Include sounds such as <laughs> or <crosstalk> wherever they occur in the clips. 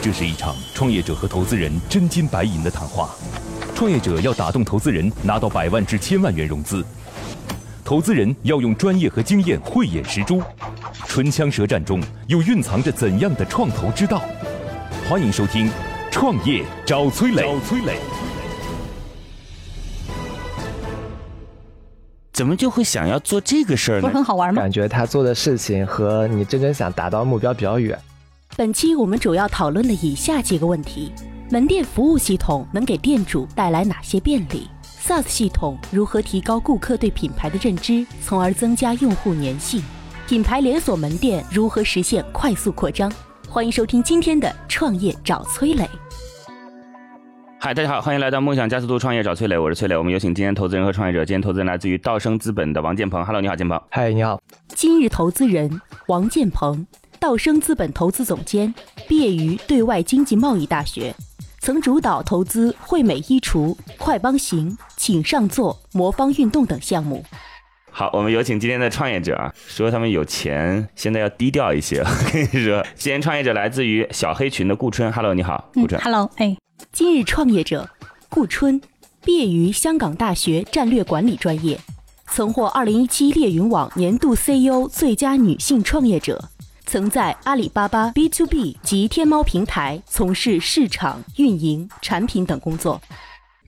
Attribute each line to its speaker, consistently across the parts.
Speaker 1: 这是一场创业者和投资人真金白银的谈话。创业者要打动投资人，拿到百万至千万元融资；投资人要用专业和经验慧眼识珠。唇枪舌战中，又蕴藏着怎样的创投之道？欢迎收听《创业找崔磊》。
Speaker 2: 找崔磊。怎么就会想要做这个事儿
Speaker 3: 不
Speaker 2: 呢
Speaker 3: 是？很好
Speaker 4: 嗯
Speaker 3: 玩吗？
Speaker 5: 感觉他做的事情和你真正想达到目标比较远。
Speaker 3: 本期我们主要讨论了以下几个问题：门店服务系统能给店主带来哪些便利？SaaS 系统如何提高顾客对品牌的认知，从而增加用户粘性？品牌连锁门店如何实现快速扩张？欢迎收听今天的《创业找崔磊》。
Speaker 2: 嗨，大家好，欢迎来到梦想加速度创业找崔磊，我是崔磊。我们有请今天投资人和创业者，今天投资人来自于道生资本的王建鹏。Hello，你好，建鹏。
Speaker 5: 嗨，你好，
Speaker 3: 今日投资人王建鹏，道生资本投资总监，毕业于对外经济贸易大学，曾主导投资惠美衣橱、快帮行、请上座、魔方运动等项目。
Speaker 2: 好，我们有请今天的创业者啊，说他们有钱，现在要低调一些。我跟你说，今天创业者来自于小黑群的顾春，Hello，你好，顾
Speaker 4: 嗯
Speaker 2: 春。
Speaker 4: ，Hello，哎，
Speaker 3: 今日创业者顾春，毕业于香港大学战略管理专业，曾获2017猎云网年度 CEO 最佳女性创业者，曾在阿里巴巴 B to B 及天猫平台从事市场运营、产品等工作。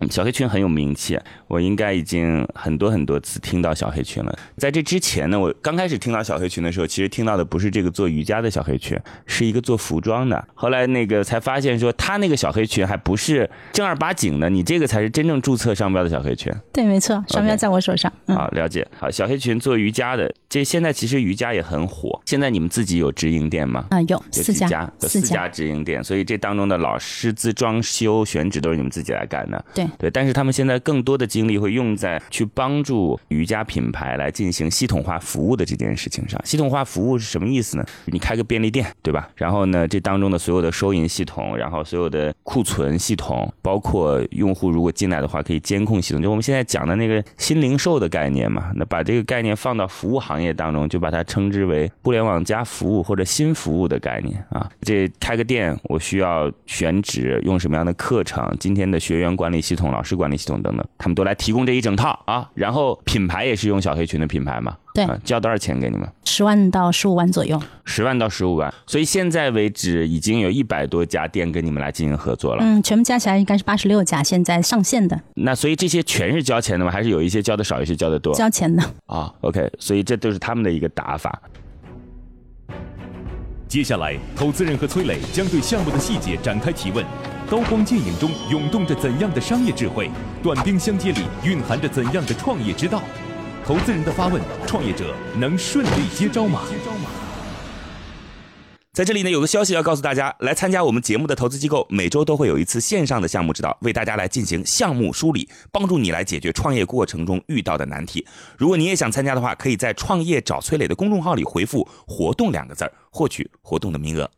Speaker 2: 嗯小黑群很有名气，我应该已经很多很多次听到小黑群了。在这之前呢，我刚开始听到小黑群的时候，其实听到的不是这个做瑜伽的小黑群，是一个做服装的。后来那个才发现说，他那个小黑群还不是正儿八经的，你这个才是真正注册商标的小黑群。
Speaker 4: 对，没错，商标在我手上。嗯，
Speaker 3: 啊
Speaker 2: 好，了解。好，小黑群做瑜伽的，这现在其实瑜伽也很火。现在你们自己有直营店吗？
Speaker 4: 啊，有
Speaker 2: 有
Speaker 4: 四
Speaker 2: 几
Speaker 4: 家，
Speaker 2: 有
Speaker 4: 四
Speaker 2: 四家直营店，所以这当中的老师资、装修、选址都是你们自己来干的。
Speaker 4: 对
Speaker 2: 对，但是他们现在更多的精力会用在去帮助瑜伽品牌来进行系统化服务的这件事情上。系统化服务是什么意思呢？你开个便利店，对吧？然后呢，这当中的所有的收银系统，然后所有的库存系统，包括用户如果进来的话可以监控系统，就我们现在讲的那个新零售的概念嘛。那把这个概念放到服务行业当中，就把它称之为互联网加服务或者新服务的概念啊。这开个店，我需要选址，用什么样的课程，今天的学员管理系统、老师管理系统等等，他们都来提供这一整套啊。然后品牌也是用小黑群的品牌嘛，
Speaker 4: 对
Speaker 2: 啊，交多少钱给你们？
Speaker 4: 十万到十五万左右。
Speaker 2: 十万到十五万，所以现在为止已经有一百多家店跟你们来进行合作了。
Speaker 4: 嗯，全部加起来应该是八十六家，现在上线的
Speaker 2: 那所以这些全是交钱的吗？还是有一些交的少，有一些交的多？
Speaker 4: 交钱的。
Speaker 2: 啊，OK，所以这都是他们的一个打法。
Speaker 1: 接下来，投资人和崔磊将对项目的细节展开提问。刀光剑影中涌动着怎样的商业智慧？短兵相接里蕴含着怎样的创业之道？投资人的发问，创业者能顺利接招吗？
Speaker 2: 在这里呢，有个消息要告诉大家：来参加我们节目的投资机构，每周都会有一次线上的项目指导，为大家来进行项目梳理，帮助你来解决创业过程中遇到的难题。如果你也想参加的话，可以在“创业找崔磊”的公众号里回复“活动”两个字儿，获取活动的名额。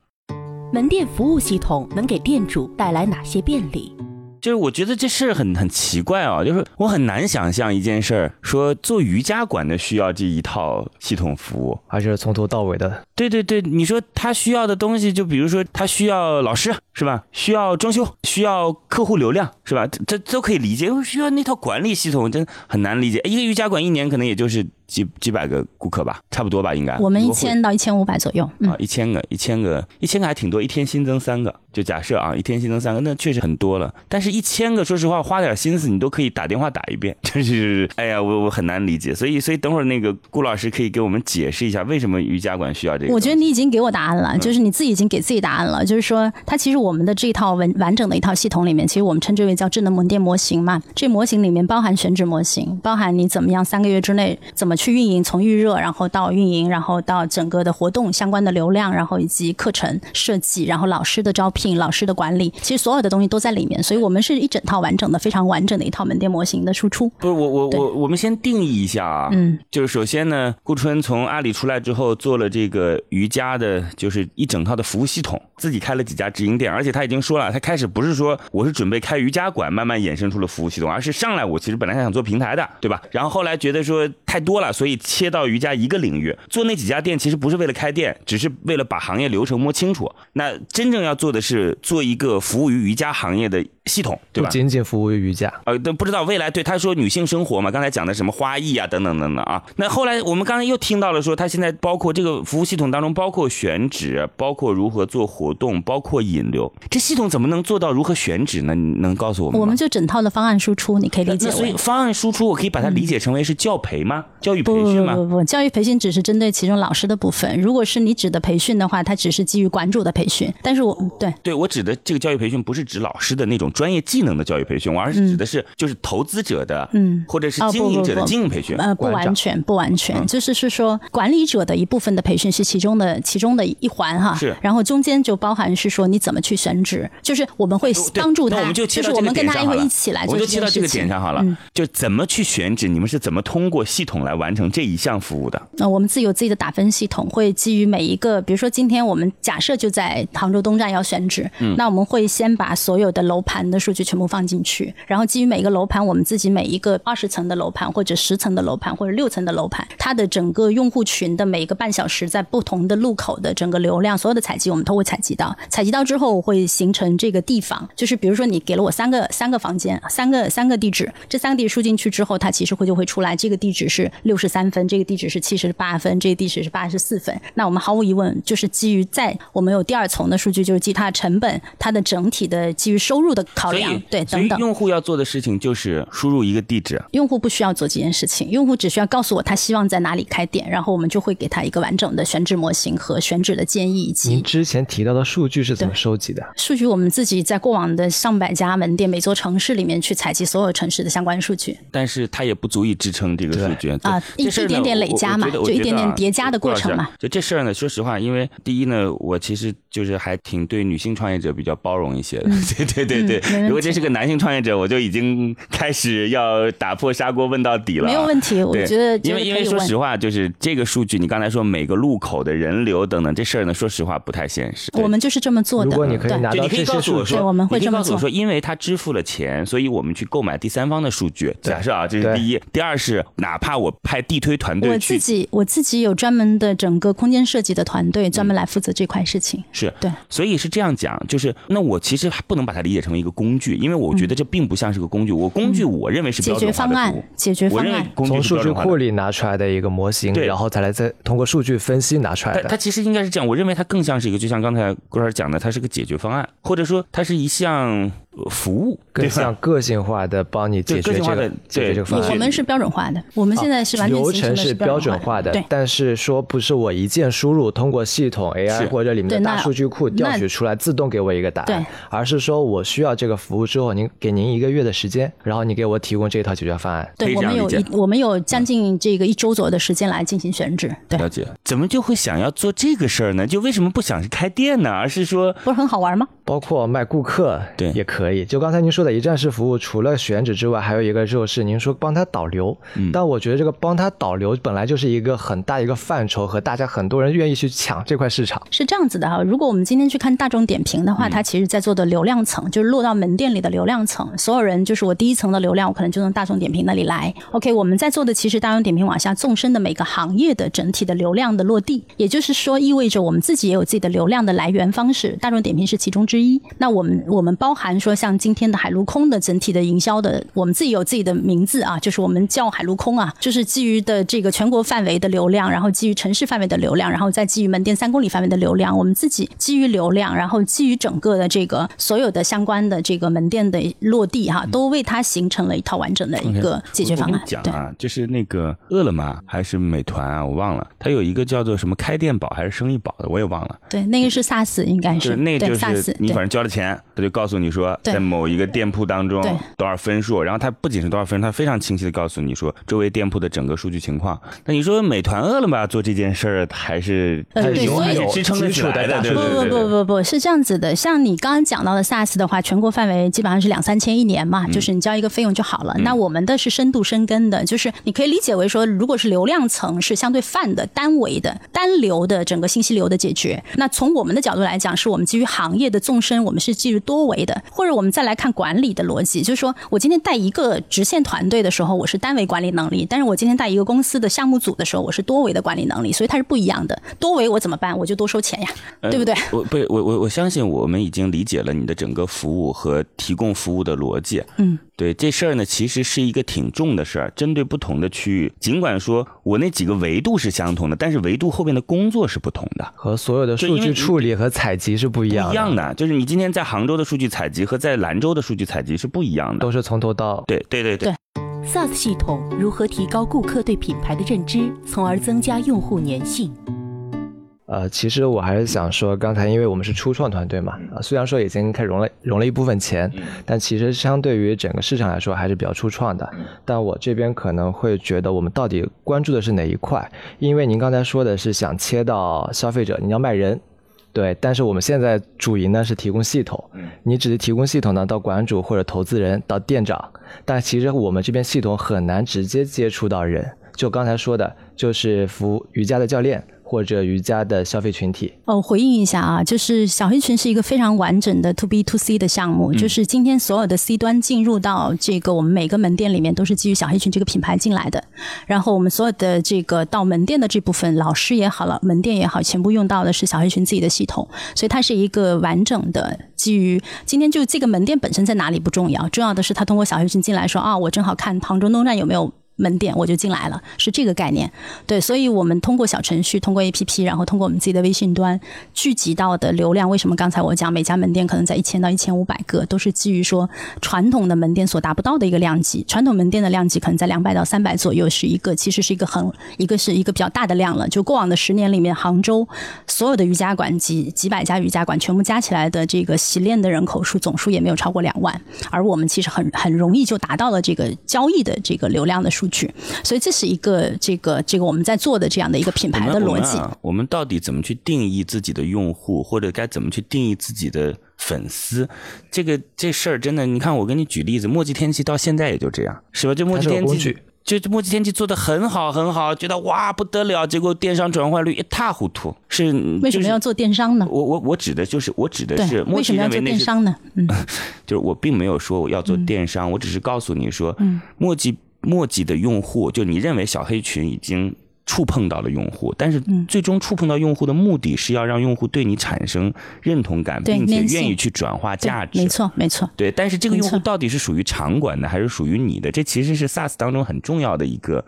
Speaker 3: 门店服务系统能给店主带来哪些便利？
Speaker 2: 就是我觉得这事儿很很奇怪啊、就是我很难想象一件事儿，说做瑜伽馆的需要这一套系统服务，
Speaker 5: 而且是从头到尾的。
Speaker 2: 对对对，你说他需要的东西，就比如说他需要老师是吧？需要装修，需要客户流量是吧？这这都可以理解。需要那套管理系统真很难理解。一个瑜伽馆一年可能也就是几几百个顾客吧，差不多吧，应该。
Speaker 4: 我们
Speaker 2: 如
Speaker 4: 一
Speaker 2: 果会
Speaker 4: 千到一千五百左右。
Speaker 2: 啊
Speaker 4: 嗯，，
Speaker 2: 一千个，一千个，一千个还挺多，一天新增三个，就假设啊，一天新增三个，那确实很多了。但是，一千个，说实话，花点心思，你都可以打电话打一遍， <laughs> 就是，哎呀，我我很难理解。所以，所以等会儿那个顾老师可以给我们解释一下，为什么瑜伽馆需要这个？嗯
Speaker 4: 我觉得你已经给我答案了，就是你自己已经给自己答案了。就是说，它其实我们的这一套完完整的一套系统里面，其实我们称之为叫智能门店模型嘛。这模型里面包含选址模型，包含你怎么样三个月之内怎么去运营，从预热然后到运营，然后到整个的活动相关的流量，然后以及课程设计，然后老师的招聘、老师的管理，其实所有的东西都在里面。所以我们是一整套完整的、非常完整的一套门店模型的输出。
Speaker 2: 不是我我
Speaker 4: 对
Speaker 2: 我我们先定义一下啊，
Speaker 4: 嗯，
Speaker 2: 就是首先呢，顾春从阿里出来之后，做了这个瑜伽的，就是一整套的服务系统，自己开了几家直营店，而且他已经说了，他开始不是说我是准备开瑜伽馆，慢慢衍生出了服务系统，而是上来我其实本来还想做平台的，对吧？然后后来觉得说太多了，了，所以切到瑜伽一个领域，做那几家店其实不是为了开店，只是为了把行业流程摸清楚。那真正要做的是做一个服务于瑜伽行业的系统，对
Speaker 5: 不
Speaker 2: 吧？
Speaker 5: 仅仅服务于瑜伽，
Speaker 2: 呃，都不知道未来对他说女性生活嘛，刚才讲的什么花艺啊，等等等等啊。那后来我们刚才又听到了说，他现在包括这个服务系统当中，包括选址，包括如何做活动，包括引流，这系统怎么能做到如何选址呢？你能告诉我们吗？
Speaker 4: 我们就整套的方案输出，你可以
Speaker 2: 那
Speaker 4: 理解
Speaker 2: 那
Speaker 4: 为。
Speaker 2: 所以方案输出，我可以把它理解成为是教培吗？教育培
Speaker 4: 不
Speaker 2: 训
Speaker 4: 不
Speaker 2: 吗？
Speaker 4: 不不，教育培训只是针对其中老师的部分。如果是你指的培训的话，它只是基于馆主的培训。但是我对
Speaker 2: 对我指的这个教育培训，不是指老师的那种专业技能的教育培训，我而是指的是就是投资者的，
Speaker 4: 嗯
Speaker 2: 或者是
Speaker 4: 哦
Speaker 2: 经
Speaker 4: 不
Speaker 2: 营
Speaker 4: 不
Speaker 2: 者的
Speaker 4: 不
Speaker 2: 经营培训。
Speaker 4: 呃，不
Speaker 5: 馆
Speaker 4: 完
Speaker 5: 长
Speaker 4: 全，不完全，
Speaker 2: 嗯
Speaker 4: 就是是说管理者的一部分的培训是其中的其中的一环哈。
Speaker 2: 是
Speaker 4: 然后中间就包含是说你怎么去选址，就是我们会
Speaker 2: 哦对
Speaker 4: 帮助他，
Speaker 2: 那我们就切
Speaker 4: 就
Speaker 2: 到
Speaker 4: 是
Speaker 2: 这
Speaker 4: 我
Speaker 2: 个
Speaker 4: 们跟
Speaker 2: 点
Speaker 4: 他
Speaker 2: 上好
Speaker 4: 会
Speaker 2: 了，
Speaker 4: 一起来
Speaker 2: 我
Speaker 4: 做
Speaker 2: 们就
Speaker 4: 这
Speaker 2: 切
Speaker 4: 件
Speaker 2: 到
Speaker 4: 事
Speaker 2: 这个
Speaker 4: 情
Speaker 2: 点上好了
Speaker 4: 嗯，
Speaker 2: 就怎么去选址，你们是怎么通过系统来完成这一项服务的？
Speaker 4: 那、呃我们自己有自己的打分系统，会基于每一个，比如说今天我们假设就在杭州东站要选址，那我们会先把所有的楼盘的数据全部放进去，然后基于每个楼盘，我们自己每一个二十层的楼盘或者十层的楼盘或者六层的楼盘，它的整个用户群的每一个半小时在不同的路口的整个流量，所有的采集我们都会采集到，采集到之后会形成这个地方，就是比如说你给了我三个三个房间，三个三个地址，这三个地址输进去之后，它其实会就会出来，这个地址是六十三分，这个地址是七十八分，这个地址是八十四分。那我们毫无疑问就是基于在我们有第二层的数据，就是基于它的成本、它的整体的基于收入的考
Speaker 2: 所
Speaker 4: 量
Speaker 2: 以，，
Speaker 4: 对
Speaker 2: 所
Speaker 4: 等
Speaker 2: 以
Speaker 4: 等。
Speaker 2: 用户要做的事情就是输入一个地址，
Speaker 4: 用户不需要做这件事情，用户只需要告诉我他希望在哪里开店，然后我们就会给他一个完整的选址模型和选址的建议以及
Speaker 5: 您之前提到的数据是怎么
Speaker 4: 对
Speaker 5: 收集的？
Speaker 4: 数据我们自己在过往的上百家门店、每座城市里面去采集所有城市的相关数据
Speaker 2: 但是它也不足以支撑这个数据
Speaker 4: 啊
Speaker 2: 对
Speaker 4: 一
Speaker 2: 这事儿呢
Speaker 4: 一点点累加
Speaker 2: 我
Speaker 4: 嘛
Speaker 2: 我觉得我
Speaker 4: 就一
Speaker 2: 觉得
Speaker 4: 点点
Speaker 2: 啊
Speaker 4: 叠加的过程
Speaker 2: 郭
Speaker 4: 嘛
Speaker 2: 老师就这事儿呢，说实话，因为第一呢，我其实就是还挺对女性创业者比较包容一些的。 <laughs> 对对对
Speaker 4: 嗯
Speaker 2: 对，
Speaker 4: 没问题
Speaker 2: 如果这是个男性创业者，我就已经开始要打破砂锅问到底了啊。
Speaker 4: 没有问题，我
Speaker 2: 对
Speaker 4: 觉得
Speaker 2: 因为
Speaker 4: 觉得
Speaker 2: 因
Speaker 4: 可
Speaker 2: 为
Speaker 4: 以
Speaker 2: 说
Speaker 4: 问
Speaker 2: 实话，就是这个数据，你刚才说每个路口的人流等等这事儿呢，说实话不太现实。对
Speaker 4: 我们就是这么做的。
Speaker 5: 如果你可以
Speaker 4: 对
Speaker 5: 拿
Speaker 2: 就
Speaker 5: 到
Speaker 2: 你可以
Speaker 5: 这些
Speaker 2: 告诉
Speaker 5: 数
Speaker 2: 我
Speaker 5: 据
Speaker 2: 说，
Speaker 4: 对我们会
Speaker 2: 你可以
Speaker 4: 这么
Speaker 2: 告诉我
Speaker 4: 做
Speaker 2: 说，因为他支付了钱，所以我们去购买第三方的数据。
Speaker 5: 对
Speaker 2: 假设啊，这是
Speaker 5: 对
Speaker 2: 第一。第二是，哪怕我派地推团队
Speaker 4: 我自
Speaker 2: 去，
Speaker 4: 己我自己有专门的整个空间设计的团队，专门来负责这块事情。
Speaker 2: 是
Speaker 4: 对，
Speaker 2: 所以是这样讲，就是那我其实还不能把它理解成为一个工具，因为我觉得这并不像是个工具。我工具我认为是
Speaker 4: 嗯解
Speaker 2: 标
Speaker 4: 决
Speaker 2: 准化
Speaker 4: 方
Speaker 2: 的
Speaker 4: 案
Speaker 2: 服务，
Speaker 4: 解决
Speaker 2: 我
Speaker 4: 方
Speaker 2: 认为
Speaker 4: 案。
Speaker 2: 工具
Speaker 5: 从
Speaker 2: 是标
Speaker 5: 数据
Speaker 2: 准化的
Speaker 5: 库里拿出来的一个模型，
Speaker 2: 对
Speaker 5: 然后再来再通过数据分析拿出来
Speaker 2: 它它
Speaker 5: 的。
Speaker 2: 其实应该是这样，我认为它更像是一个，就像刚才郭老师讲的，它是个解决方案，或者说它是一项呃服务，
Speaker 5: 更
Speaker 2: 对吧
Speaker 5: 像个性化的帮你解
Speaker 2: 对个
Speaker 5: 决
Speaker 2: 性
Speaker 5: 这
Speaker 2: 化
Speaker 5: 个
Speaker 2: 的
Speaker 5: 解决
Speaker 2: 对
Speaker 5: 这个方
Speaker 4: 我
Speaker 5: 案。
Speaker 4: 们是标准化的，我们现在是完全
Speaker 5: 啊流
Speaker 4: 形成
Speaker 5: 程
Speaker 4: 的
Speaker 5: 是标
Speaker 4: 标
Speaker 5: 准化的
Speaker 4: 对，
Speaker 5: 但是说不是我一键输入，通过系统 AI 或者里面
Speaker 4: 对
Speaker 5: 的
Speaker 4: 那
Speaker 5: 大数据库调
Speaker 4: 那
Speaker 5: 取出来，自动给我一个答案
Speaker 4: 对，
Speaker 5: 而是说我需要这个服务之后，您给您一个月的时间，然后你给我提供这套解决方案。
Speaker 2: 可以
Speaker 4: 对，我
Speaker 2: 这样
Speaker 4: 们有
Speaker 2: 理解
Speaker 4: 一我们有将近这个一周左右的时间来进行选址，对，
Speaker 2: 了解，怎么就会想要做这个事儿呢？就为什么不想是开店呢？而是说，
Speaker 4: 不是很好玩吗？
Speaker 5: 包括卖顾客
Speaker 2: 对
Speaker 5: 也可以。就刚才您说的一站式服务，除了选址之外，还有一个就是您说帮他导流。
Speaker 2: 嗯
Speaker 5: 但我觉得这个帮他导流本来就是一个很大一个范畴，和大家很多人愿意去抢这块市场。
Speaker 4: 是这样子的哈，如果我们今天去看大众点评的话，它其实在做的流量层就是落到门店里的流量层，所有人就是我第一层的流量，我可能就从大众点评那里来。OK，我们在做的其实大众点评往下纵深的每个行业的整体的流量的落地，也就是说意味着我们自己也有自己的流量的来源方式，大众点评是其中之一。那我们我们包含说像今天的海陆空的整体的营销的，我们自己有自己的名字啊，就是我们叫海陆空啊，就是基于的这个全国范围的流量，然后基于城市范围的流量，然后再基于门店三公里范围的流量，我们自己基于流量，然后基于整个的这个所有的相关的这个门店的落地哈、都为它形成了一套完整的一个解决方
Speaker 2: 嗯
Speaker 4: 案
Speaker 2: 我。跟你
Speaker 4: 对
Speaker 2: 讲，啊，就是那个饿了么还是美团啊，我忘了，它有一个叫做什么开店宝还是生意宝的，我也忘了。
Speaker 4: 对，那个是 SaaS 应该
Speaker 2: 就是是啊那
Speaker 4: 对
Speaker 2: 就
Speaker 4: SaaS
Speaker 2: 是你反
Speaker 4: 对。
Speaker 2: 正交了钱，他就告诉你说，
Speaker 4: 对
Speaker 2: 在某一个店铺当中
Speaker 4: 对
Speaker 2: 多少分数，然后他不仅是多少分数，他非常清晰的告诉你说周围店铺的整个数据情况。那你说美团饿了么做这件事儿还是
Speaker 4: 呃
Speaker 2: 还是
Speaker 4: 对
Speaker 2: 有
Speaker 4: 所以
Speaker 2: 还是支撑得
Speaker 5: 基
Speaker 2: 起
Speaker 5: 础的
Speaker 2: 来的，
Speaker 5: 大
Speaker 2: 对
Speaker 5: 数
Speaker 2: 对对
Speaker 4: 不不
Speaker 2: 对。
Speaker 4: 不不不，是这样子的。像你刚刚讲到的 SaaS 的话，全国范围基本上是两三千一年
Speaker 2: 嗯
Speaker 4: 嘛，就是你交一个费用就好了。那我们的是深度深耕的，就是你可以理解为说，如果是流量层是相对泛的、单维的、单流的整个信息流的解决，那从我们的角度来讲，是我们基于行业的纵纵深，我们是基于多维的，或者我们再来看管理的逻辑，就是说我今天带一个直线团队的时候，我是单维管理能力；但是我今天带一个公司的项目组的时候，我是多维的管理能力，所以它是不一样的。多维我怎么办？我就多收钱呀，对不对？
Speaker 2: 我不，我我我相信我们已经理解了你的整个服务和提供服务的逻辑。
Speaker 4: 嗯，
Speaker 2: 对这事儿呢，其实是一个挺重的事儿，针对不同的区域，尽管说我那几个维度是相同的，但是维度后面的工作是不同的。
Speaker 5: 和所有的
Speaker 2: 对
Speaker 5: 数
Speaker 2: 因为
Speaker 5: 据
Speaker 2: 你
Speaker 5: 处理和采集是不一样
Speaker 2: 不一
Speaker 5: 的，
Speaker 2: 样的，就是你今天在杭州的数据采集和在兰州的数据采集是不一样的。
Speaker 5: 都是从头到
Speaker 2: 对对对对，
Speaker 3: SaaS 系统如何提高顾客对品牌的认知，从而增加用户粘性？
Speaker 5: 呃，其实我还是想说，刚才因为我们是初创团队嘛，啊、虽然说已经开始融了融了一部分钱，但其实相对于整个市场来说还是比较初创的。但我这边可能会觉得，我们到底关注的是哪一块？因为您刚才说的是想切到消费者，你要卖人。对，但是我们现在主营呢是提供系统，你只是提供系统呢到馆主或者投资人到店长，但其实我们这边系统很难直接接触到人。就刚才说的，就是服瑜伽的教练或者瑜伽的消费群体。
Speaker 4: 哦，回应一下啊，就是小黑群是一个非常完整的 to B to C 的项目，就是今天所有的 C 端进入到这个我们每个门店里面都是基于小黑群这个品牌进来的，然后我们所有的这个到门店的这部分，老师也好了，门店也好，全部用到的是小黑群自己的系统，所以它是一个完整的基于今天就这个门店本身在哪里不重要，重要的是它通过小黑群进来说啊，我正好看杭州东站有没有。门店我就进来了，是这个概念。对，所以我们通过小程序，通过 APP，然后通过我们自己的微信端聚集到的流量，为什么刚才我讲每家门店可能在一千到一千五百个，都是基于说传统的门店所达不到的一个量级。传统门店的量级可能在两百到三百左右，是一个其实是一个很一个是一个比较大的量了。就过往的十年里面，杭州所有的瑜伽馆几几百家瑜伽馆全部加起来的这个习练的人口数总数也没有超过两万，而我们其实很很容易就达到了这个交易的这个流量的数据。所以这是一个这个这个我们在做的这样的一个品
Speaker 2: 我
Speaker 4: 牌
Speaker 2: 们
Speaker 4: 的
Speaker 2: 我
Speaker 4: 逻
Speaker 2: 们
Speaker 4: 辑。
Speaker 2: 啊我们到底怎么去定义自己的用户，或者该怎么去定义自己的粉丝？这个这事儿真的，你看我给你举例子，墨迹天气到现在也就这样，是吧？这墨
Speaker 5: 它
Speaker 2: 迹
Speaker 5: 是有
Speaker 2: 天
Speaker 5: 工
Speaker 2: 气
Speaker 5: 具。
Speaker 2: 这墨迹天气做的很好很好，觉得哇不得了，结果电商转化率一塌糊涂。是
Speaker 4: 为什么
Speaker 2: 就
Speaker 4: 要？
Speaker 2: 是
Speaker 4: 做电商呢？
Speaker 2: 我我我指的就是我指的
Speaker 4: 对
Speaker 2: 是，墨
Speaker 4: 为
Speaker 2: 迹
Speaker 4: 什么要
Speaker 2: 认
Speaker 4: 做
Speaker 2: 为那
Speaker 4: 电
Speaker 2: 是
Speaker 4: 商呢？嗯，
Speaker 2: 就是我并没有说我要做电商，我只是告诉你说，
Speaker 4: 嗯
Speaker 2: 墨迹墨迹的用户，就你认为小黑群已经触碰到了用户，但是
Speaker 4: 嗯
Speaker 2: 最终触碰到用户的目的是要让用户对你产生认同感，
Speaker 4: 对
Speaker 2: 并且
Speaker 4: 粘性
Speaker 2: 愿意去转化
Speaker 4: 对
Speaker 2: 价值。
Speaker 4: 没错，没错。
Speaker 2: 对，但是这个
Speaker 4: 没
Speaker 2: 用户
Speaker 4: 错
Speaker 2: 到底是属于场馆的，还是属于你的？这其实是 SaaS 当中很重要的一个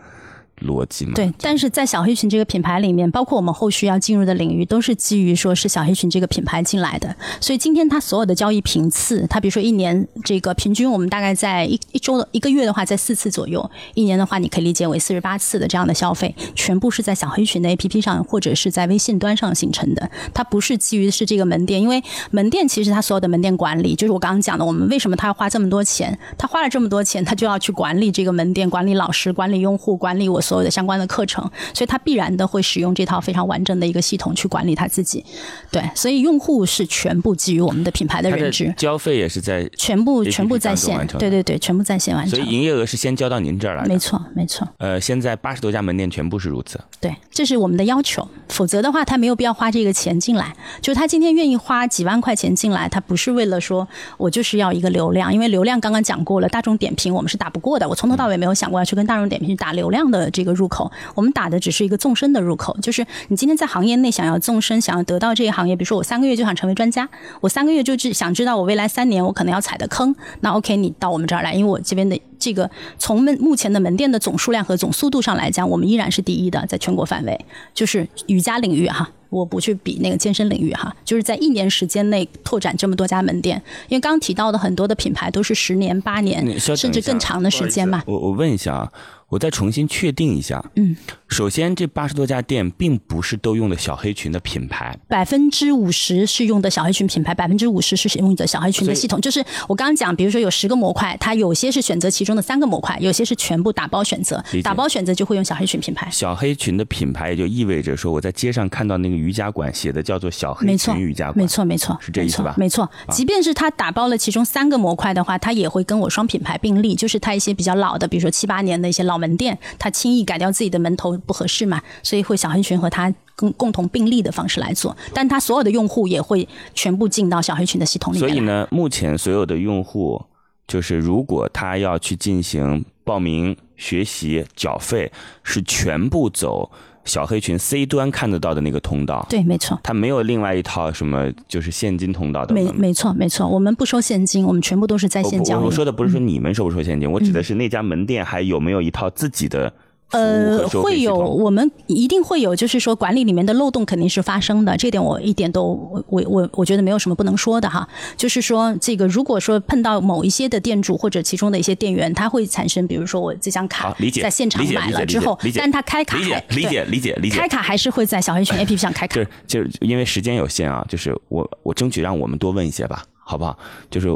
Speaker 2: 逻辑嘛。
Speaker 4: 对，但是在小黑群这个品牌里面，包括我们后续要进入的领域，都是基于说是小黑群这个品牌进来的。所以今天它所有的交易频次，它比如说一年这个平均，我们大概在一一周的一个月的话，在四次左右；一年的话，你可以理解为四十八次的这样的消费，全部是在小黑群的 APP 上或者是在微信端上形成的。它不是基于是这个门店，因为门店其实它所有的门店管理，就是我刚刚讲的，我们为什么他要花这么多钱？他花了这么多钱，他就要去管理这个门店，管理老师，管理用户，管理我所有的相关的课程，所以他必然的会使用这套非常完整的一个系统去管理他自己。对，所以用户是全部基于我们的品牌的
Speaker 2: 它
Speaker 4: 认
Speaker 2: 的
Speaker 4: 知，
Speaker 2: 交费也是在，
Speaker 4: 全部
Speaker 2: APP
Speaker 4: 全部在
Speaker 2: 当中
Speaker 4: 线
Speaker 2: 完，成的
Speaker 4: 对对对，全部在线完
Speaker 2: 所
Speaker 4: 成
Speaker 2: 以。营业额是先交到您这儿来的。
Speaker 4: 没错，没错。
Speaker 2: 呃，现在八十多家门店全部是如此。
Speaker 4: 对，这是我们的要求，否则的话，他没有必要花这个钱进来。就是他今天愿意花几万块钱进来，他不是为了说我就是要一个流量，因为流量刚刚讲过了，大众点评我们是打不过的。我从头到尾没有想过要去跟大众点评去打流量的这个入口，我们打的只是一个纵深的入口，就是你今天在行业内想要纵深，想要得到这个行业，比如说我三个月就想成为专家，我三个月就只想知道我未来三年我可能要踩的坑，那 OK，你到我们这儿来，因为我这边的这个从门目前的门店的总数量和总速度上来讲，我们依然是第一的，在全国范围，就是瑜伽领域哈。我不去比那个健身领域哈，就是在一年时间内拓展这么多家门店，因为刚刚提到的很多的品牌都是十年、八年
Speaker 2: 你稍等一下
Speaker 4: 甚至更长的时间嘛。
Speaker 2: 我我问一下啊，我再重新确定一下。
Speaker 4: 嗯，
Speaker 2: 首先这八十多家店并不是都用的小黑群的品牌，
Speaker 4: 百分之五十是用的小黑群品牌，百分之五十是用的小黑群
Speaker 2: 啊所
Speaker 4: 的
Speaker 2: 以
Speaker 4: 系统。就是我刚刚讲，比如说有十个模块，它有些是选择其中的三个模块，有些是全部打包选择
Speaker 2: 理解，
Speaker 4: 打包选择就会用小黑群品牌。
Speaker 2: 小黑群的品牌也就意味着说，我在街上看到那个瑜伽馆写的叫做小黑
Speaker 4: 没错
Speaker 2: 群瑜伽，馆，
Speaker 4: 没错，没错，
Speaker 2: 是这意思吧啊
Speaker 4: 没错，没错即便是它打包了其中三个模块的话，它也会跟我双品牌并立，就是它一些比较老的，比如说七八年的一些老门店，他轻易改掉自己的门头不合适嘛，所以会小黑群和他共共同并力的方式来做，但他所有的用户也会全部进到小黑群的系统里
Speaker 2: 所
Speaker 4: 面来。
Speaker 2: 以呢，目前所有的用户，就是如果他要去进行报名、学习、缴费，是全部走小黑群 C 端看得到的那个通道。，
Speaker 4: 对，没错。
Speaker 2: 它没有另外一套什么就是现金通道的。
Speaker 4: 没没错没错，我们不收现呃金，我嗯们全部都是在
Speaker 2: 我
Speaker 4: 线交
Speaker 2: 我
Speaker 4: 易
Speaker 2: 我。说的嗯哦不是说你们收不收现金，我指的是那家门店还有没有一套自己的服务
Speaker 4: 呃
Speaker 2: 和，收费
Speaker 4: 会
Speaker 2: 系
Speaker 4: 有，
Speaker 2: 统
Speaker 4: 我们一定会有，就是说管理里面的漏洞肯定是发生的，这点我一点都我我我我觉得没有什么不能说的哈。就是说，这个如果说碰到某一些的店主或者其中的一些店员，他会产生，比如说我这张卡
Speaker 2: 好啊理解
Speaker 4: 在现场
Speaker 2: 理解
Speaker 4: 买
Speaker 2: 理解
Speaker 4: 了
Speaker 2: 理
Speaker 4: 之
Speaker 2: 解
Speaker 4: 后
Speaker 2: 理，解
Speaker 4: 但他开卡
Speaker 2: 理
Speaker 4: 还
Speaker 2: 解理解
Speaker 4: 对
Speaker 2: 理解理解
Speaker 4: 开。卡还是会在小黑群 APP 上开卡
Speaker 2: 就。是就是因为时间有限啊，就是我我争取让我们多问一些吧，好不好？就是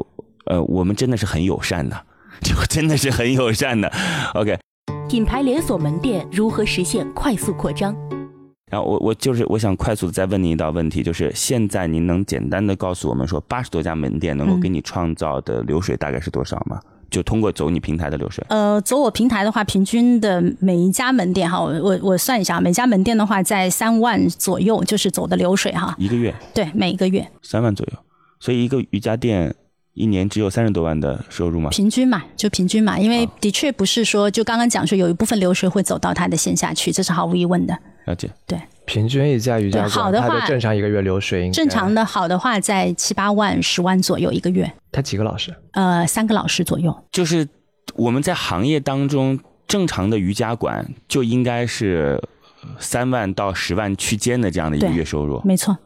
Speaker 2: 呃，我们真的是很友善的， <laughs> 就真的是很友善的。OK，
Speaker 3: 品牌连锁门店如何实现快速扩张？
Speaker 2: 然后我我就是我想快速的再问您一道问题，就是现在您能简单的告诉我们说，八十多家门店能够
Speaker 4: 嗯
Speaker 2: 给你创造的流水大概是多少吗？就通过走你平台的流水。
Speaker 4: 呃，走我平台的话，平均的每一家门店哈，我我我算一下，每家门店的话在三万左右，就是走的流水哈。
Speaker 2: 一个月
Speaker 4: 对，每一个月
Speaker 2: 三万左右，所以一个瑜伽店一年只有三十多万的收入吗？
Speaker 4: 平均嘛，就平均嘛，因为
Speaker 2: 啊
Speaker 4: 的确不是说就刚刚讲说有一部分流水会走到他的线下去，这是毫无疑问的。
Speaker 2: 了解，
Speaker 5: 平均一家瑜伽
Speaker 4: 对好
Speaker 5: 馆，
Speaker 4: 的
Speaker 5: 它
Speaker 4: 话
Speaker 5: 的正常一个月流水应该
Speaker 4: 正常，的好的话在七八万、十万左右一个月，
Speaker 5: 它几个老师？
Speaker 4: 呃，三个老师左右。
Speaker 2: 就是我们在行业当中正常的瑜伽馆就应该是三万到十万区间的这样的一个
Speaker 4: 对
Speaker 2: 月收入，
Speaker 4: 没错，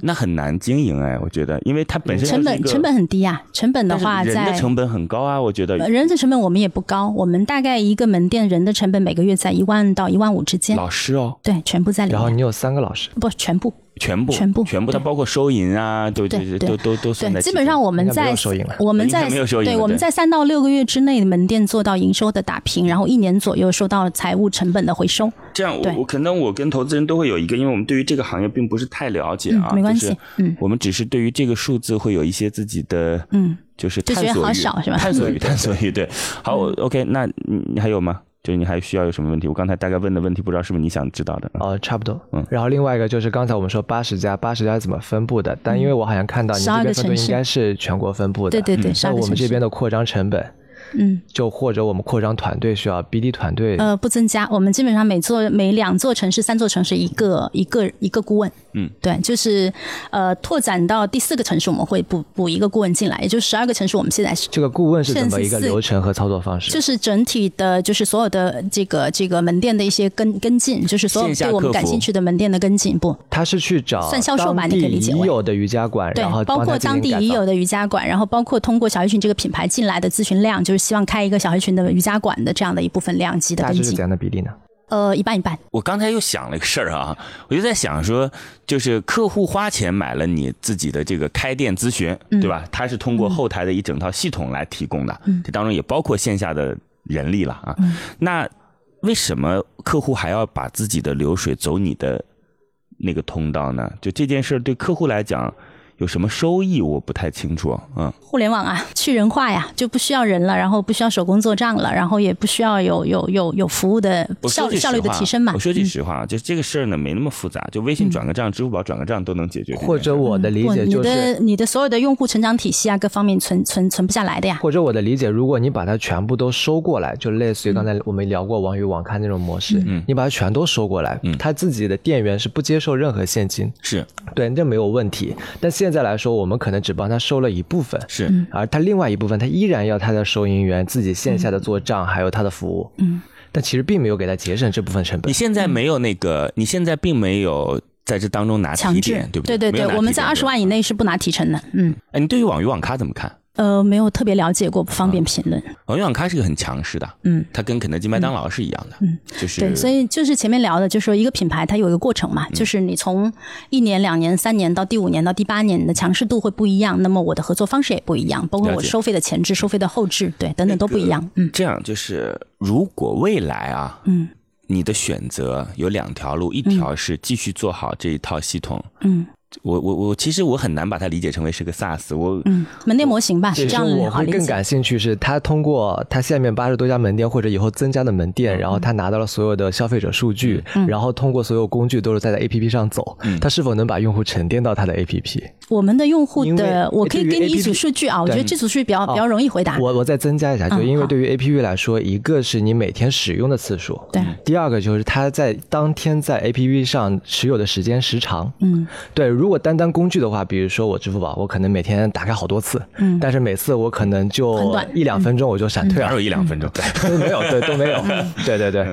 Speaker 2: 那很难经营哎，我觉得，因为它本身
Speaker 4: 成
Speaker 2: 就是一
Speaker 4: 本
Speaker 2: 个
Speaker 4: 成本很低呀、成本的
Speaker 2: 但是
Speaker 4: 话
Speaker 2: 人
Speaker 4: 在
Speaker 2: 的成本很高啊，我觉得
Speaker 4: 呃人的成本我们也不高，我们大概一个门店人的成本每个月在一万到一万五之间，
Speaker 2: 老师哦，
Speaker 4: 对，全部在里
Speaker 5: 然后
Speaker 4: 面，
Speaker 5: 你有三个老师，
Speaker 4: 不全部。
Speaker 2: 全部
Speaker 4: 全部
Speaker 2: 全部，它
Speaker 4: 对
Speaker 2: 包括收银啊，都都
Speaker 4: 对对
Speaker 2: 都都都算在
Speaker 4: 对，
Speaker 2: 其中，
Speaker 4: 基本上我们
Speaker 5: 应该没
Speaker 4: 在
Speaker 5: 有收益了
Speaker 4: 我们
Speaker 2: 应该
Speaker 4: 在
Speaker 2: 没有收益了
Speaker 4: 对，
Speaker 2: 对
Speaker 4: 我们在三到六个月之内，门店做到营收的打平，然后一年左右收到财务成本的回收。
Speaker 2: 这样我
Speaker 4: 对
Speaker 2: 我可能我跟投资人都会有一个，因为我们对于这个行业并不是太了解啊，
Speaker 4: 嗯没关系
Speaker 2: 就是
Speaker 4: 嗯
Speaker 2: 我们只是对于这个数字会有一些自己的
Speaker 4: 嗯，
Speaker 2: 就是
Speaker 4: 就
Speaker 2: 探
Speaker 4: 觉得
Speaker 2: 索
Speaker 4: 好
Speaker 2: 欲
Speaker 4: 少是吧嗯
Speaker 2: 探
Speaker 4: <laughs>
Speaker 2: 索欲，探索欲，对。好我，OK，那你你还有吗？就是你还需要有什么问题？我刚才大概问的问题，不知道是不是你想知道的？
Speaker 5: 哦，差不多。
Speaker 2: 嗯
Speaker 5: 然后另外一个就是刚才我们说八十家，八十家怎么分布的？但因为我好像看到你这
Speaker 4: 12嗯
Speaker 5: 边
Speaker 4: 个
Speaker 5: 分布
Speaker 4: 城市
Speaker 5: 应该是全国分布的，
Speaker 4: 对对对，
Speaker 2: 嗯
Speaker 4: 十
Speaker 5: 那
Speaker 4: 二个
Speaker 5: 我们
Speaker 4: 城
Speaker 5: 这边
Speaker 4: 市。
Speaker 5: 的扩张成本，
Speaker 4: 嗯，
Speaker 5: 就或者我们扩张团队需要 BD 团队，
Speaker 4: 呃，不增加，我们基本上每座每两座城市、三座城市一个一个一个顾问。
Speaker 2: 嗯，
Speaker 4: 对，就是呃，拓展到第四个城市，我们会补补一个顾问进来，也就十二个城市，我们现在是
Speaker 5: 这个顾问是怎么一个
Speaker 4: 甚至是
Speaker 5: 流程和操作方式？
Speaker 4: 就是整体的，就是所有的这个这个门店的一些跟跟进，就是所有
Speaker 2: 线下
Speaker 4: 对我们
Speaker 2: 客
Speaker 4: 感
Speaker 2: 服
Speaker 4: 兴趣的门店的跟进。不，
Speaker 5: 他是去找
Speaker 4: 算销售吧
Speaker 5: 当
Speaker 4: 你可以理
Speaker 5: 地
Speaker 4: 解
Speaker 5: 已
Speaker 4: 为
Speaker 5: 有的瑜伽馆，
Speaker 4: 对
Speaker 5: 然后，
Speaker 4: 包
Speaker 5: 帮
Speaker 4: 括
Speaker 5: 他进
Speaker 4: 当
Speaker 5: 行
Speaker 4: 地
Speaker 5: 改
Speaker 4: 已
Speaker 5: 造
Speaker 4: 有的瑜伽馆，然后包括通过小黑群这个品牌进来的咨询量，就是希望开一个小黑群的瑜伽馆的这样的一部分量级的
Speaker 5: 大
Speaker 4: 跟
Speaker 5: 致是怎
Speaker 4: 进。
Speaker 5: 样的比例呢？
Speaker 4: 呃，一半一半，
Speaker 2: 我刚才又想了一个事儿啊，我就在想说，就是客户花钱买了你自己的这个开店咨询，
Speaker 4: 嗯
Speaker 2: 对吧？它是通过后台的一整套系统来提供的，这当中也包括线下的人力了啊。
Speaker 4: 嗯
Speaker 2: 那为什么客户还要把自己的流水走你的那个通道呢？就这件事儿对客户来讲有什么收益，我不太清楚。嗯，
Speaker 4: 互联网啊，去人化呀，就不需要人了，然后不需要手工做账了，然后也不需要有有有有服务的
Speaker 2: 我说
Speaker 4: 效
Speaker 2: 句
Speaker 4: 效率
Speaker 2: 实
Speaker 4: 的
Speaker 2: 话啊
Speaker 4: 提升嘛。
Speaker 2: 我说句
Speaker 4: 嗯
Speaker 2: 实话，啊就这个事儿呢没那么复杂，就微信转个账、支付宝转个账都能解决这件事儿。
Speaker 5: 或者我的理
Speaker 4: 不
Speaker 5: 解
Speaker 4: 嗯
Speaker 5: 就
Speaker 4: 你
Speaker 5: 是，
Speaker 4: 的你的所有的用户成长体系啊，各方面存存存不下来的呀。
Speaker 5: 或者我的理解，如果你把它全部都收过来，就类似于刚才我们聊过网与网咖那种模式，
Speaker 2: 嗯
Speaker 5: 你把它全都收过来，
Speaker 2: 嗯
Speaker 5: 他自己的店员是不接受任何现金，
Speaker 2: 是
Speaker 5: 对，这没有问题。但现在来说，我们可能只帮他收了一部分，
Speaker 2: 是。
Speaker 4: 嗯
Speaker 5: 而他另外一部分，他依然要他的收银员自己线下的做账，还有他的服务，
Speaker 4: 嗯，
Speaker 5: 但其实并没有给他节省这部分成
Speaker 2: 你
Speaker 5: 本。
Speaker 2: 现在没有那个，你现在并没有在这当中拿
Speaker 4: 强
Speaker 2: 提
Speaker 4: 制
Speaker 2: 点，对不
Speaker 4: 对
Speaker 2: 对
Speaker 4: 对我们在二十万以。
Speaker 2: 没有拿提点吧
Speaker 4: 内是不拿提成的。嗯，
Speaker 2: 哎，你对于网鱼网咖怎么看？
Speaker 4: 呃，没有特别了解过，不方便
Speaker 2: 啊
Speaker 4: 评论。
Speaker 2: 网鱼网咖是个很强势的，
Speaker 4: 嗯，
Speaker 2: 它跟肯德基、麦当劳是一样的，
Speaker 4: 嗯，
Speaker 2: 就是
Speaker 4: 对，所以就是前面聊的，就是说一个品牌它有一个过程
Speaker 5: 嗯
Speaker 4: 嘛，就是你从一年、两年、三年到第五年到第八年，你的强势度会不一样，那么我的合作方式也不一样，包括
Speaker 2: 了
Speaker 4: 我
Speaker 2: 解
Speaker 4: 收费的前置、收费的后置，对，等等都不一样。嗯
Speaker 2: 这样就是，如果未来啊，
Speaker 4: 嗯
Speaker 2: 你的选择有两条路，一条是继续做好这一套系统，
Speaker 4: 嗯，
Speaker 2: 我我我，其实我很难把它理解成为是个 SaaS。我
Speaker 4: 嗯，门店模型吧，是这
Speaker 5: 其实
Speaker 4: 样
Speaker 5: 我
Speaker 4: 好
Speaker 5: 会
Speaker 4: 理
Speaker 5: 更
Speaker 4: 解。嗯
Speaker 5: 感兴趣是，他通过他下面八十多家门店或者以后增加的门店，然后他拿到了所有的消费者数据，
Speaker 4: 嗯
Speaker 5: 然后通过所有工具都是在在 APP 上走，他是否能把用户沉淀到他的 APP？
Speaker 4: 我们的用户
Speaker 5: 因为
Speaker 4: 的，我可以
Speaker 5: 对于
Speaker 4: 给你一组
Speaker 5: APP
Speaker 4: 数据啊，我
Speaker 5: 对
Speaker 4: 觉得这组数据比较比较容易回答。
Speaker 5: 我我再增加一下，就
Speaker 4: 嗯
Speaker 5: 因为
Speaker 4: 好
Speaker 5: 对于 APP 来说，一个是你每天使用的次数，
Speaker 4: 对，
Speaker 5: 第二个就是它在当天在 APP 上持有的时间时长。
Speaker 4: 嗯，
Speaker 5: 对，如果单单工具的话，比如说我支付宝，我可能每天打开好多次，
Speaker 4: 嗯
Speaker 5: 但是每次我可能
Speaker 4: 很
Speaker 5: 就
Speaker 4: 短嗯
Speaker 5: 一两分钟我就闪退
Speaker 2: 哪
Speaker 5: 了，
Speaker 2: 有一两分钟？
Speaker 5: 都没有，对，都没有，对对对，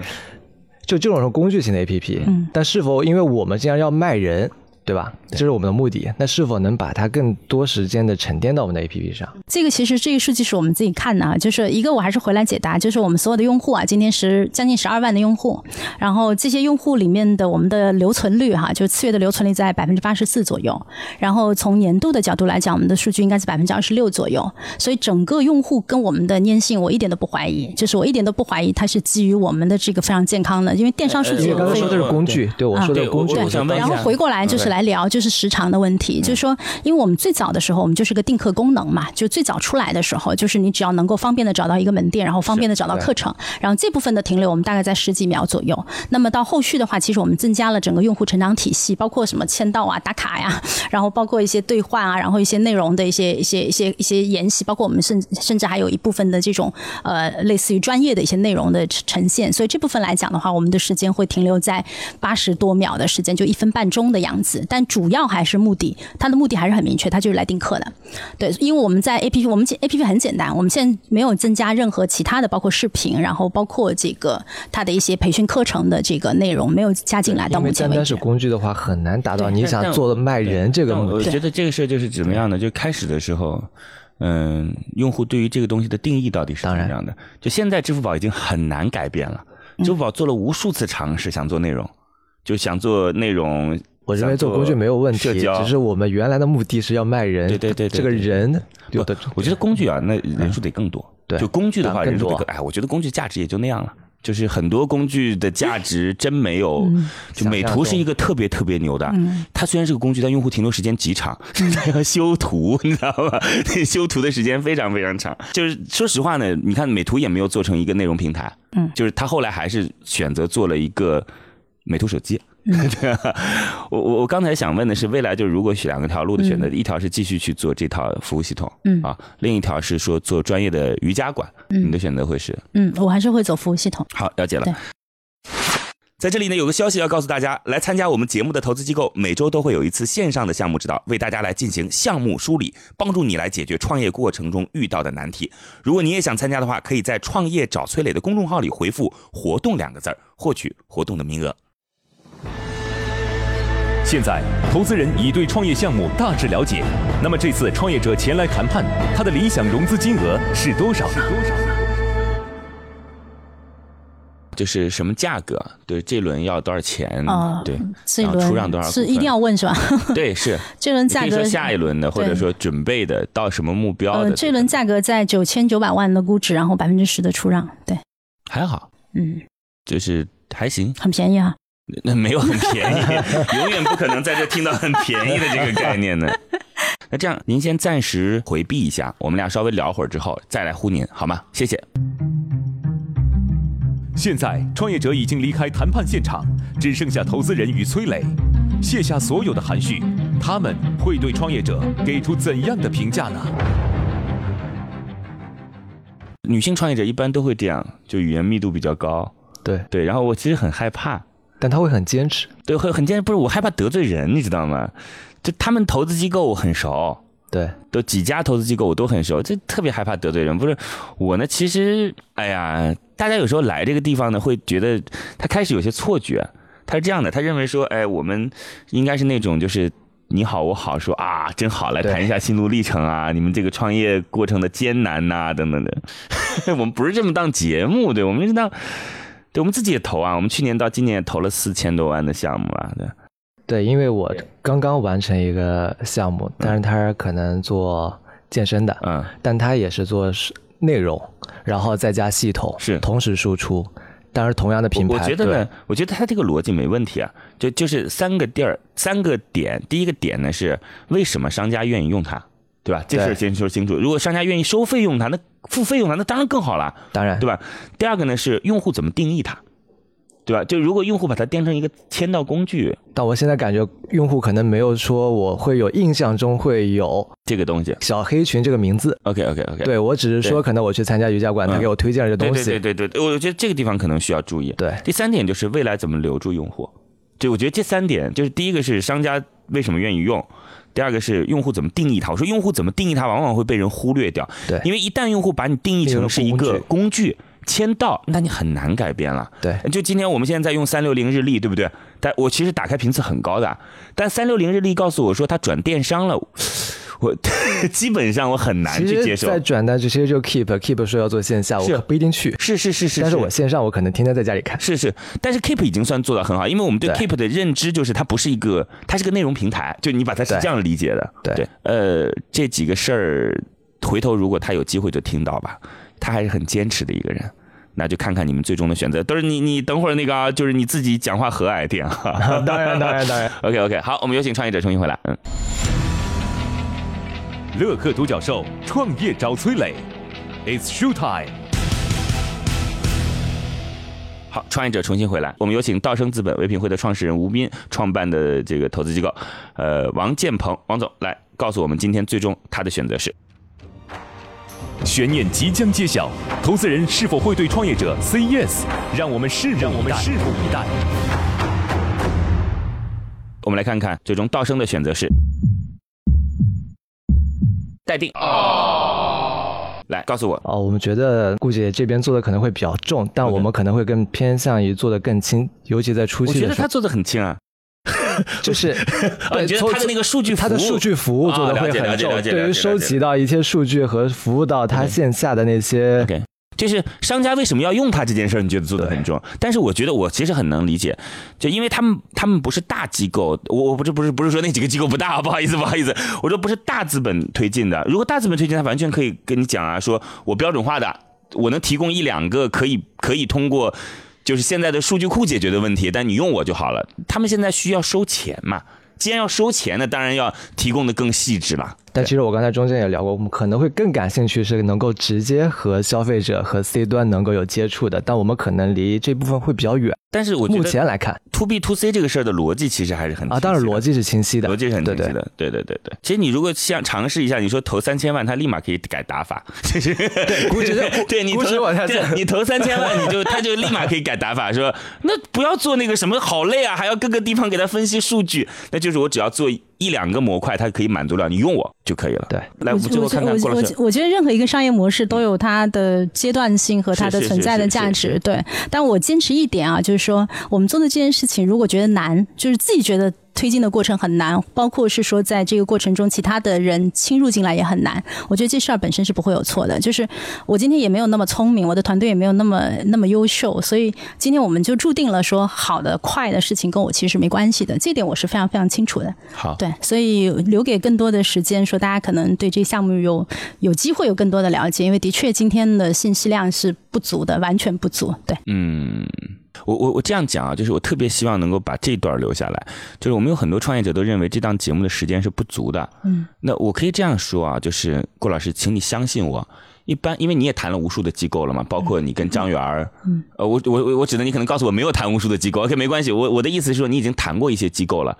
Speaker 5: 就这种是工具型的 APP，、
Speaker 4: 嗯
Speaker 5: 但是否因为我们既然要卖人，对吧？这是我们的目的，那是否能把它更多时间的沉淀到我们的 APP 上？
Speaker 4: 这个其实这个数据是我们自己看的啊，就是一个我还是回来解答，就是我们所有的用户啊，今天十将近十二万的用户，然后这些用户里面的我们的留存率哈、就是次月的留存率在百分之八十四左右，然后从年度的角度来讲，我们的数据应该是百分之二十六左右，所以整个用户跟我们的粘性，我一点都不怀疑，就是我一点都不怀疑它是基于我们的这个非常健康的，因为电商数
Speaker 2: 呃
Speaker 4: 据
Speaker 5: 因为
Speaker 4: 我
Speaker 5: 哎刚才
Speaker 4: 非
Speaker 5: 说的是工具，对我说的
Speaker 2: 对
Speaker 5: 是工具，
Speaker 2: 我我想问一
Speaker 4: 然
Speaker 2: 下
Speaker 4: 后回过来就是来聊就是时长的问题，就是说，因为我们最早的时候，我们就是个定课功能嘛，就最早出来的时候，就是你只要能够方便的找到一个门店，然后方便的找到课程，然后这部分的停留我们大概在十几秒左右。那么到后续的话，其实我们增加了整个用户成长体系，包括什么签到啊、打卡呀、然后包括一些兑换啊，然后一些内容的一些一些一些一些研习，包括我们甚甚至还有一部分的这种呃类似于专业的一些内容的呈呈现。所以这部分来讲的话，我们的时间会停留在八十多秒的时间，就一分半钟的样子。但主要还是目的，它的目的还是很明确，它就是来订课的。对，因为我们在 A P P，我们 A P P 很简单，我们现在没有增加任何其他的，包括视频，然后包括这个它的一些培训课程的这个内容没有加进来。到
Speaker 5: 因
Speaker 4: 目
Speaker 5: 为
Speaker 4: 前
Speaker 5: 单
Speaker 4: 为
Speaker 5: 单
Speaker 4: 止
Speaker 5: 是，工具的话，很难达到你
Speaker 2: 但
Speaker 5: 想
Speaker 2: 但
Speaker 5: 做的卖人这个
Speaker 2: 但
Speaker 5: 目
Speaker 2: 我
Speaker 5: 的。
Speaker 2: 觉得这个事儿就是怎么样呢？就开始的时候，嗯，用户对于这个东西的定义到底是怎么样的？就现在支付宝已经很难改变了，
Speaker 5: 嗯
Speaker 2: 支付宝做了无数次尝试，想做内容，就想做内容。
Speaker 5: 我认为
Speaker 2: 想
Speaker 5: 做工具没有问
Speaker 2: 社
Speaker 5: 题，
Speaker 2: 交
Speaker 5: 只是我们原来的目的是要卖人，
Speaker 2: 对对对对
Speaker 5: 这个
Speaker 2: 对
Speaker 5: 人有的，
Speaker 2: 我觉得工具啊，那人数得更多。
Speaker 5: 对
Speaker 2: 就工具的话，
Speaker 5: 当然
Speaker 2: 人数得
Speaker 5: 更
Speaker 2: 更
Speaker 5: 多
Speaker 2: 哎，我觉得工具价值也就那样了。就是很多工具的价值真没有，就美图是一个特别特别牛的，它虽然是个工具，但用户停留时间极长， <laughs> 它要修图，你知道吧？那 <laughs> 修图的时间非常非常长。就是说实话呢，你看美图也没有做成一个内容平台，
Speaker 4: 嗯，
Speaker 2: 就是它后来还是选择做了一个美图手机。对吧 <laughs> 我我我刚才想问的是，未来就如果选两个条路的选择，一条是继续去做这套服务系统，
Speaker 4: 嗯
Speaker 2: 啊，另一条是说做专业的瑜伽馆，
Speaker 4: 嗯
Speaker 2: 你的选择会是
Speaker 4: 嗯，我还是会走服务系统。
Speaker 2: 好，了解了
Speaker 4: 对。
Speaker 2: 在这里呢，有个消息要告诉大家：来参加我们节目的投资机构，每周都会有一次线上的项目指导，为大家来进行项目梳理，帮助你来解决创业过程中遇到的难题。如果你也想参加的话，可以在“创业找崔磊”的公众号里回复“活动”两个字儿，获取活动的名额。
Speaker 1: 现在，投资人已对创业项目大致了解。那么这次创业者前来谈判，他的理想融资金额是多少？
Speaker 2: 就是什么价格？对，这轮要多少钱？
Speaker 4: 哦 <laughs>
Speaker 2: 对， <laughs>
Speaker 4: 这
Speaker 2: 然后出让多
Speaker 4: 轮
Speaker 2: 少
Speaker 4: 是
Speaker 2: 股
Speaker 4: 一定
Speaker 2: 份
Speaker 4: 要问
Speaker 2: <laughs>
Speaker 4: 是吧？
Speaker 2: 对，是。
Speaker 4: 这轮
Speaker 2: 你
Speaker 4: 价
Speaker 2: 可以
Speaker 4: 格
Speaker 2: 说下一轮的，或者说准备的到什么目标
Speaker 4: 呃，
Speaker 2: 的？
Speaker 4: 这轮价格在九千九百万的估值，然后百分之十的出让，对，
Speaker 2: 还好，
Speaker 4: 嗯，
Speaker 2: 就是还行。 <laughs>
Speaker 4: 很便宜啊。
Speaker 2: 那没有很便
Speaker 4: <laughs>
Speaker 2: 宜，永远不可能在这听到很便宜的这个概
Speaker 4: <laughs>
Speaker 2: 念的。那这样，您先暂时回避一下，我们俩稍微聊会儿之后再来呼您，好吗？谢谢。
Speaker 1: 现在，创业者已经离开谈判现场，只剩下投资人与崔磊。卸下所有的含蓄，他们会对创业者给出怎样的评价呢？
Speaker 2: 女性创业者一般都会这样，就语言密度比较高。
Speaker 5: 对，
Speaker 2: 对，然后我其实很害怕，
Speaker 5: 但他会很坚持。
Speaker 2: 对，很很坚持，不是我害怕得罪人，你知道吗？就他们投资机构我很熟，
Speaker 5: 对，
Speaker 2: 都几家投资机构我都很熟，这特别害怕得罪人。不是我呢，其实哎呀，大家有时候来这个地方呢，会觉得他开始有些错觉。他是这样的，他认为说，哎，我们应该是那种就是你好我好说啊，真好，来
Speaker 5: 对
Speaker 2: 谈一下心路历程啊，你们这个创业过程的艰难呐、等等的。 <laughs> 我们不是这么当节目，对，我们是当，对我们自己也投啊，我们去年到今年也投了四千多万的项目了，对。
Speaker 5: 对，因为我刚刚完成一个项目，但是他可能做健身的，
Speaker 2: 嗯，
Speaker 5: 但他也是做是内容，然后再加系统，
Speaker 2: 是
Speaker 5: 同时输出。当然，同样的品牌，
Speaker 2: 我觉得
Speaker 5: 对
Speaker 2: 呢，我觉得他这个逻辑没问题啊，就就是三个地儿，三个点。第一个点呢是为什么商家愿意用它，对吧？这事儿
Speaker 5: 对
Speaker 2: 先说清楚。如果商家愿意收费用它，那付费用它，那当然更好了，
Speaker 5: 当然
Speaker 2: 对吧？第二个呢是用户怎么定义它，对吧？就如果用户把它当成一个签到工具，
Speaker 5: 但我现在感觉用户可能没有说我会有印象中会有
Speaker 2: 这个东西。
Speaker 5: 小黑裙这个名字。
Speaker 2: OK OK OK，
Speaker 5: 对我只是说，
Speaker 2: 对
Speaker 5: 可能我去参加瑜伽馆，他
Speaker 2: 嗯
Speaker 5: 给我推荐了这
Speaker 2: 对
Speaker 5: 东
Speaker 2: 对
Speaker 5: 西。
Speaker 2: 对对对对，我觉得这个地方可能需要注意。
Speaker 5: 对
Speaker 2: 第三点就是未来怎么留住用户。对，我觉得这三点就是第一个是商家为什么愿意用，第二个是用户怎么定义它。我说用户怎么定义它，往往会被人忽略掉。
Speaker 5: 对
Speaker 2: 因为一旦用户把你定义成是一
Speaker 5: 变
Speaker 2: 个
Speaker 5: 成了
Speaker 2: 工具。签到，那你很难改变了。
Speaker 5: 对
Speaker 2: 就今天我们现在在用三六零日历，对不对？但我其实打开频次很高的，啊但三六零日历告诉我说它转电商了，我 <laughs> 基本上我很难
Speaker 5: 其
Speaker 2: 去接
Speaker 5: 实，
Speaker 2: 受。
Speaker 5: 在转单这其实就 keep keep 说要做线下，我
Speaker 2: 是
Speaker 5: 可不一定去，
Speaker 2: 是是是是，
Speaker 5: 但是我线上我可能天天在家里看。
Speaker 2: 是是，但是 Keep 已经算做到很好，因为我们对
Speaker 5: 对
Speaker 2: Keep 的认知就是它不是一个，它是个内容平台，就你把它是
Speaker 5: 对
Speaker 2: 这样理解的。
Speaker 5: 对
Speaker 2: 呃，这几个事儿，回头如果他有机会就听到吧，他还是很坚持的一个人。那就看看你们最终的选择。都是你，你等会儿那个啊，就是你自己讲话和蔼点啊。
Speaker 5: <laughs> 当然，当然，当然。
Speaker 2: OK OK，好，我们有请创业者重新回来。嗯，
Speaker 1: 乐客独角兽创业找崔磊，It's show time。
Speaker 2: 好，创业者重新回来，我们有请道生资本唯品会的创始人吴斌创办的这个投资机构，呃，王建鹏王总来告诉我们今天最终他的选择是。
Speaker 1: 悬念即将揭晓，投资人是否会对创业者 say yes？让我们拭目以待。
Speaker 2: 我们来看看最终道生的选择是待定。来告诉我，
Speaker 5: 哦，我们觉得顾姐这边做的可能会比较重，但
Speaker 2: OK
Speaker 5: 我们可能会更偏向于做的更轻，尤其在初
Speaker 2: 我
Speaker 5: 期
Speaker 2: 觉
Speaker 5: 的
Speaker 2: 得
Speaker 5: 时
Speaker 2: 他
Speaker 5: 候，
Speaker 2: 做的很轻啊， <laughs>
Speaker 5: 就是
Speaker 2: 啊你觉得他的那个数据服务，
Speaker 5: 它的数据服务做的
Speaker 2: 啊
Speaker 5: 会
Speaker 2: 了解了
Speaker 5: 很
Speaker 2: 解
Speaker 5: 重
Speaker 2: 了，解
Speaker 5: 对
Speaker 2: 了
Speaker 5: 于
Speaker 2: 解
Speaker 5: 收
Speaker 2: 了解
Speaker 5: 集到一些数据和服务到它
Speaker 2: OK
Speaker 5: 线下的那些
Speaker 2: OK 就是商家为什么要用它这件事儿，你觉得做的很重？但是我觉得我其实很能理解，就因为他们他们不是大机构，我我不是不是不是说那几个机构不大，不好意思不好意思， <laughs> 我说不是大资本推进的。如果大资本推进，他完全可以跟你讲啊，说我标准化的，我能提供一两个可以可以通过。就是现在的数据库解决的问题，但你用我就好了。他们现在需要收钱嘛？既然要收钱呢，当然要提供的更细致了。
Speaker 5: 但其实我刚才中间也聊过，我们可能会更感兴趣是能够直接和消费者和 C 端能够有接触的，但我们可能离这部分会比较远。
Speaker 2: 但是我觉
Speaker 5: 目
Speaker 2: 得
Speaker 5: 前来看
Speaker 2: to B to C 这个事儿的逻辑其实还是很
Speaker 5: 啊，当
Speaker 2: 清
Speaker 5: 然
Speaker 2: 晰的
Speaker 5: 逻辑是清晰的，
Speaker 2: 逻辑是很清
Speaker 5: 对
Speaker 2: 晰
Speaker 5: 对。
Speaker 2: 的，对对对对。其实你如果想尝试一下，你说投三千万，他立马可以改打法，就是对
Speaker 5: 估值
Speaker 2: <laughs> 对你投
Speaker 5: 估值往下
Speaker 2: 对
Speaker 5: 降
Speaker 2: 你投三千万，你就他就立马可以改打法，说 <laughs> 那不要做那个什么好累啊，还要各个地方给他分析数据，那就是我只要做一两个模块，它可以满足了你用我就可以了。
Speaker 5: 对，
Speaker 2: 来我们最后
Speaker 4: 我觉
Speaker 2: 看
Speaker 4: 得，
Speaker 2: 看
Speaker 4: 我
Speaker 2: 郭
Speaker 4: 我
Speaker 2: 老
Speaker 4: 觉
Speaker 2: 师，
Speaker 4: 我觉得任何一个商业模式都有它的阶段性和它的
Speaker 2: 是是
Speaker 4: 存在的
Speaker 2: 是是
Speaker 4: 价
Speaker 2: 是
Speaker 4: 值。对，但我坚持一点啊，就是说我们做的这件事情，如果觉得难，就是自己觉得。推进的过程很难，包括是说在这个过程中，其他的人侵入进来也很难。我觉得这事儿本身是不会有错的，就是我今天也没有那么聪明，我的团队也没有那么那么优秀，所以今天我们就注定了说，好的快的事情跟我其实没关系的，这点我是非常非常清楚的。
Speaker 2: 好，
Speaker 4: 对，所以留给更多的时间，说大家可能对这个项目有有机会有更多的了解，因为的确今天的信息量是不足的，完全不足。对，
Speaker 2: 嗯，我我我这样讲啊，就是我特别希望能够把这段留下来。就是我们有很多创业者都认为这档节目的时间是不足的。
Speaker 4: 嗯，
Speaker 2: 那我可以这样说啊，就是郭老师，请你相信我。一般，因为你也谈了无数的机构了嘛，包括你跟张元儿，嗯，呃，我我我我指的你可能告诉我没有谈无数的机构，OK，没关系，我我的意思是说你已经谈过一些机构了，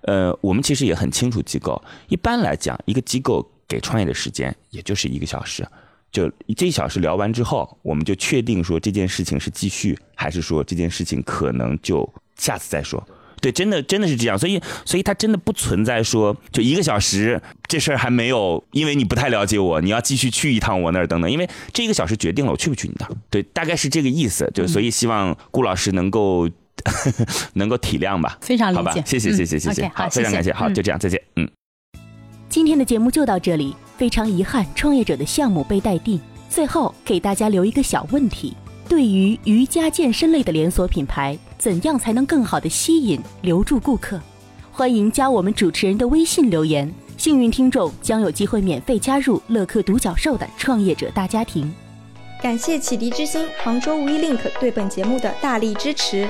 Speaker 2: 呃，我们其实也很清楚机构，一般来讲，一个机构给创业的时间也就是一个小时，就这一小时聊完之后，我们就确定说这件事情是继续，还是说这件事情可能就下次再说。对，真的真的是这样，所以所以它真的不存在说就一个小时这事儿还没有，因为你不太了解我，你要继续去一趟我那儿等等，因为这一个小时决定了我去不去你那儿。对，大概是这个意思，就所以希望顾老师能够 <laughs> 能够体谅吧，
Speaker 4: 非常理
Speaker 2: 好吧
Speaker 4: 解，。
Speaker 2: 谢谢
Speaker 4: 嗯
Speaker 2: 谢谢谢谢
Speaker 4: OK，，好，
Speaker 2: 非常感谢，好，
Speaker 4: 嗯
Speaker 2: 就这样，再见，嗯。
Speaker 3: 今天的节目就到这里，非常遗憾，创业者的项目被待定。最后给大家留一个小问题：对于瑜伽健身类的连锁品牌，怎样才能更好的吸引、留住顾客？欢迎加我们主持人的微信留言，幸运听众将有机会免费加入乐客独角兽的创业者大家庭。
Speaker 6: 感谢启迪之星、杭州无一 link 对本节目的大力支持。